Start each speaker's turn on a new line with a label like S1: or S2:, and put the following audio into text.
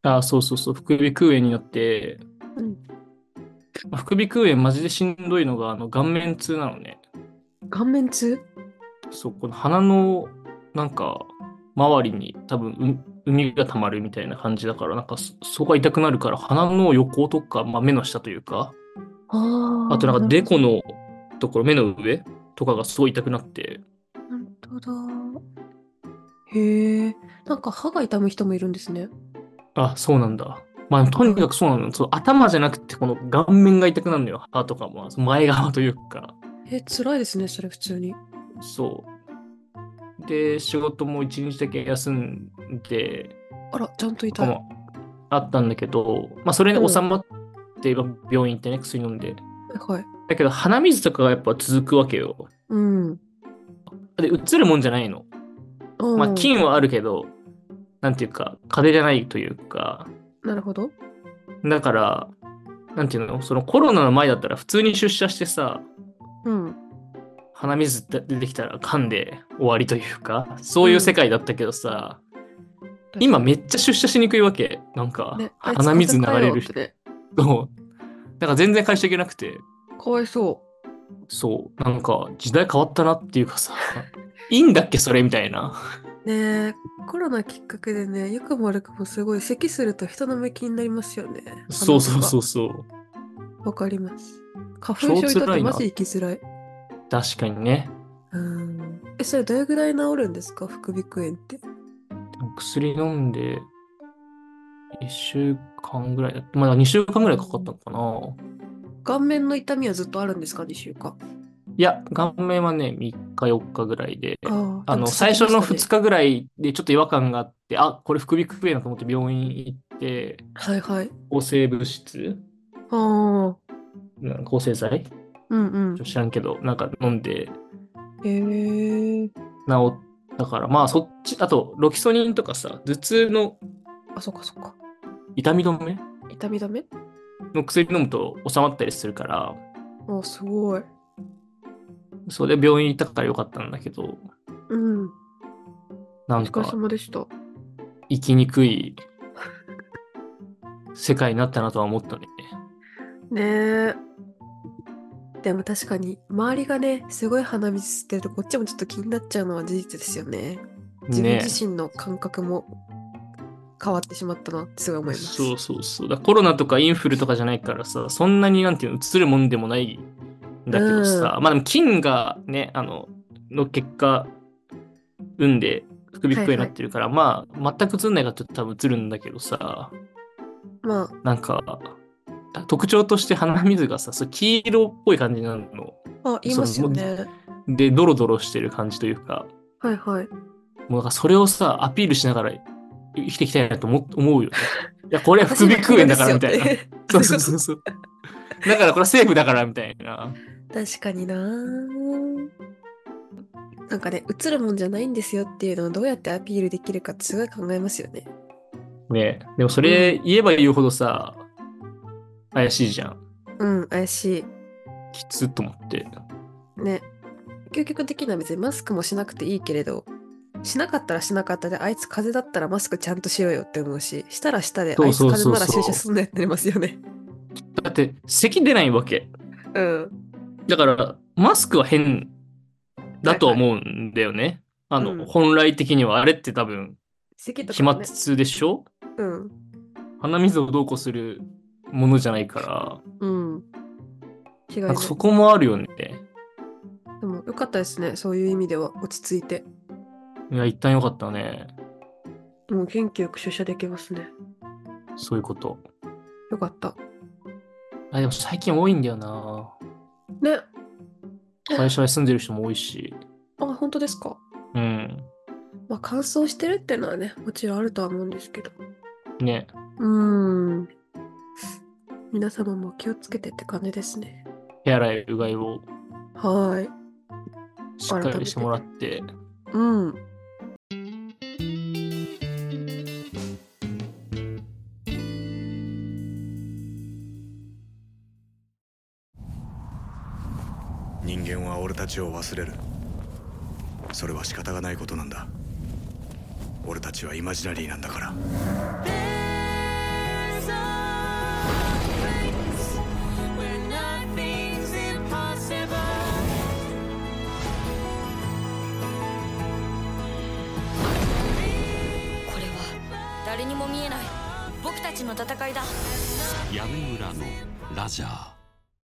S1: あ、そうそうそう、副鼻腔炎になって、
S2: うん。
S1: まあ副鼻腔炎マジでしんどいのが、あの、顔面痛なのね。
S2: 顔面痛
S1: そう、この鼻の、なんか、周りに多分、う海が溜まるみたいな感じだから、なんかそ、そこが痛くなるから、鼻の横とか、まあ、目の下というか、
S2: ああ。
S1: あとなんか、デコ
S2: の。
S1: のところ、目の上とかがすごい痛くなって、
S2: 本当だ。へえ。なんか歯が痛む人もいるんですね。
S1: あ、そうなんだ。まあ、とにかくそうなの。そう頭じゃなくて、この顔面が痛くなるのよ。歯とかも、その前側というか。
S2: え、辛いですね、それ普通に。
S1: そう。で、仕事も一日だけ休んで、
S2: あら、ちゃんと
S1: とか
S2: 痛い。
S1: もあったんだけど、まあ、それで収まって、まあ病院行ってね、薬飲んで。
S2: はい。
S1: だけど、鼻水とかがやっぱ続くわけよ。
S2: うん。
S1: で、うつるもんじゃないの。まあ、
S2: うん
S1: 菌はあるけど、なんていうか、風邪じゃないというか、
S2: なるほど。
S1: だから、なんていうの、そのコロナの前だったら普通に出社してさ、
S2: うん。
S1: 鼻水出てきたら噛んで終わりというか、そういう世界だったけどさ、今めっちゃ出社しにくいわけ。なんか、
S2: ねあいつ
S1: 鼻水流れ
S2: 風
S1: る
S2: 邪
S1: 人
S2: かよっ
S1: と、
S2: て
S1: だから全然会社行けなくて、
S2: ねかわいそ
S1: そう、なんか時代変わったなっていうかさ、いいんだっけそれみたい な。
S2: う。ねえ、コロナきっかけでね、良くも悪くもすごい咳すると人の目気になりますよね。。
S1: そうそうそううそう。
S2: わかります。花粉症に
S1: 超
S2: とっ
S1: 辛
S2: て
S1: いな
S2: マジ生きづらい。
S1: 確かにね。
S2: うん。え、それどれぐらい治るんですか副鼻腔炎って。
S1: 薬飲んで、1週間ぐらいだ、まだ2週間ぐらいかかったのかな。
S2: 顔面の痛みはずっとあるんですか ?2 週間。
S1: いや、顔面はね、3日4日ぐらいで、
S2: あ
S1: あの、最初の2
S2: 日。
S1: 日ぐらいでちょっと違和感があって、あ、これ副鼻腔炎だと思って病院行って、
S2: はいはい。
S1: 抗生物質
S2: ああ。
S1: なんか抗生剤
S2: うんうん。
S1: 知らんけど、なんか飲んで
S2: へえ。
S1: 治ったから、まあそっち、あとロキソニンとかさ、頭痛の
S2: あ、そっかそっか。
S1: 痛み止め
S2: 痛みダメ
S1: の薬飲むと治まったりするから、
S2: あ、すごい。
S1: それで病院行ったからよかったんだけど、
S2: うん。
S1: な
S2: お
S1: ん
S2: 疲
S1: か
S2: れ様でした。
S1: 生きにくい世界になったなとは思ったね。
S2: ねえ。でも確かに、周りがね、すごい鼻水吸ってると、こっちもちょっと気になっちゃうのは事実ですよね。自分
S1: ね
S2: 自身の感覚も変わってしまったなってすごい思います。
S1: そうそうそう。だからコロナとかインフルとかじゃないからさ、そんなになんていうの、移るもんでもないんだけどさ、まあでも菌がね、あの、の結果、産んで、副鼻腔炎になってるから、まあ、全く移んないかちょっと多分移るんだけどさ、
S2: まあ、
S1: なんか、特徴として鼻水がさ、そう黄色っぽい感じになるの。
S2: あ、言いますよね。
S1: で、ドロドロしてる感じというか、
S2: はいはい。
S1: もうなんかそれをさ、アピールしながら生きていきたいなと思思うよね。いや、これは副鼻腔炎だからみたいな。
S2: そ
S1: そうう
S2: そ
S1: そうう
S2: そ
S1: そううそう。だからこれはセーフだからみたいな。
S2: 確かにななんかね、映るもんじゃないんですよっていうのをどうやってアピールできるかってすごい考えますよね。
S1: ねでもそれ言えば言うほどさ、怪しいじゃん。
S2: うん、怪し
S1: きつっと思って。
S2: い。ね。究極的には別にマスクもしなくていいけれど、しなかったらしなかったで、あいつ風邪だったらマスクちゃんとしろよって思うし、したらしたで、あ
S1: そ
S2: いうつ
S1: そ
S2: 風
S1: うそうそ
S2: 邪
S1: う
S2: なら就職すんなよってなりますよね。
S1: だって、咳出ないわけ。
S2: うん。
S1: だから、マスクは変だと思うんだよね。
S2: い
S1: あの、
S2: うん
S1: 本来的にはあれって多分、
S2: 咳と
S1: 飛
S2: かも
S1: 沫
S2: ね。
S1: でしょ
S2: うん。
S1: 鼻水をどうこうするものじゃないから、
S2: うん。違い
S1: な
S2: なんい
S1: か。そこもあるよね。
S2: でも、よかったですね。そういう意味では、落ち着いて。
S1: いや、一旦よかったね。
S2: もう元気よく出社できますね。
S1: そういうこと。
S2: よかった。
S1: あ、でも最近多いんだよな。
S2: ね。
S1: 会社に住んでる人も多いし。
S2: あ、本当ですか。
S1: うん。
S2: まあ、乾燥してるってのはね、もちろんあるとは思うんですけど。
S1: ね。
S2: うーん。皆様も気をつけてって感じですね。
S1: 手洗い、うがいを
S2: はーい。
S1: しっかりしてもらって。
S2: うん。
S3: 人間は俺たちを忘れるそれは仕方がないことなんだ俺たちはイマジナリーなんだから
S4: 「誰にも見えない僕たちの戦いだ
S5: 屋根裏のラジャー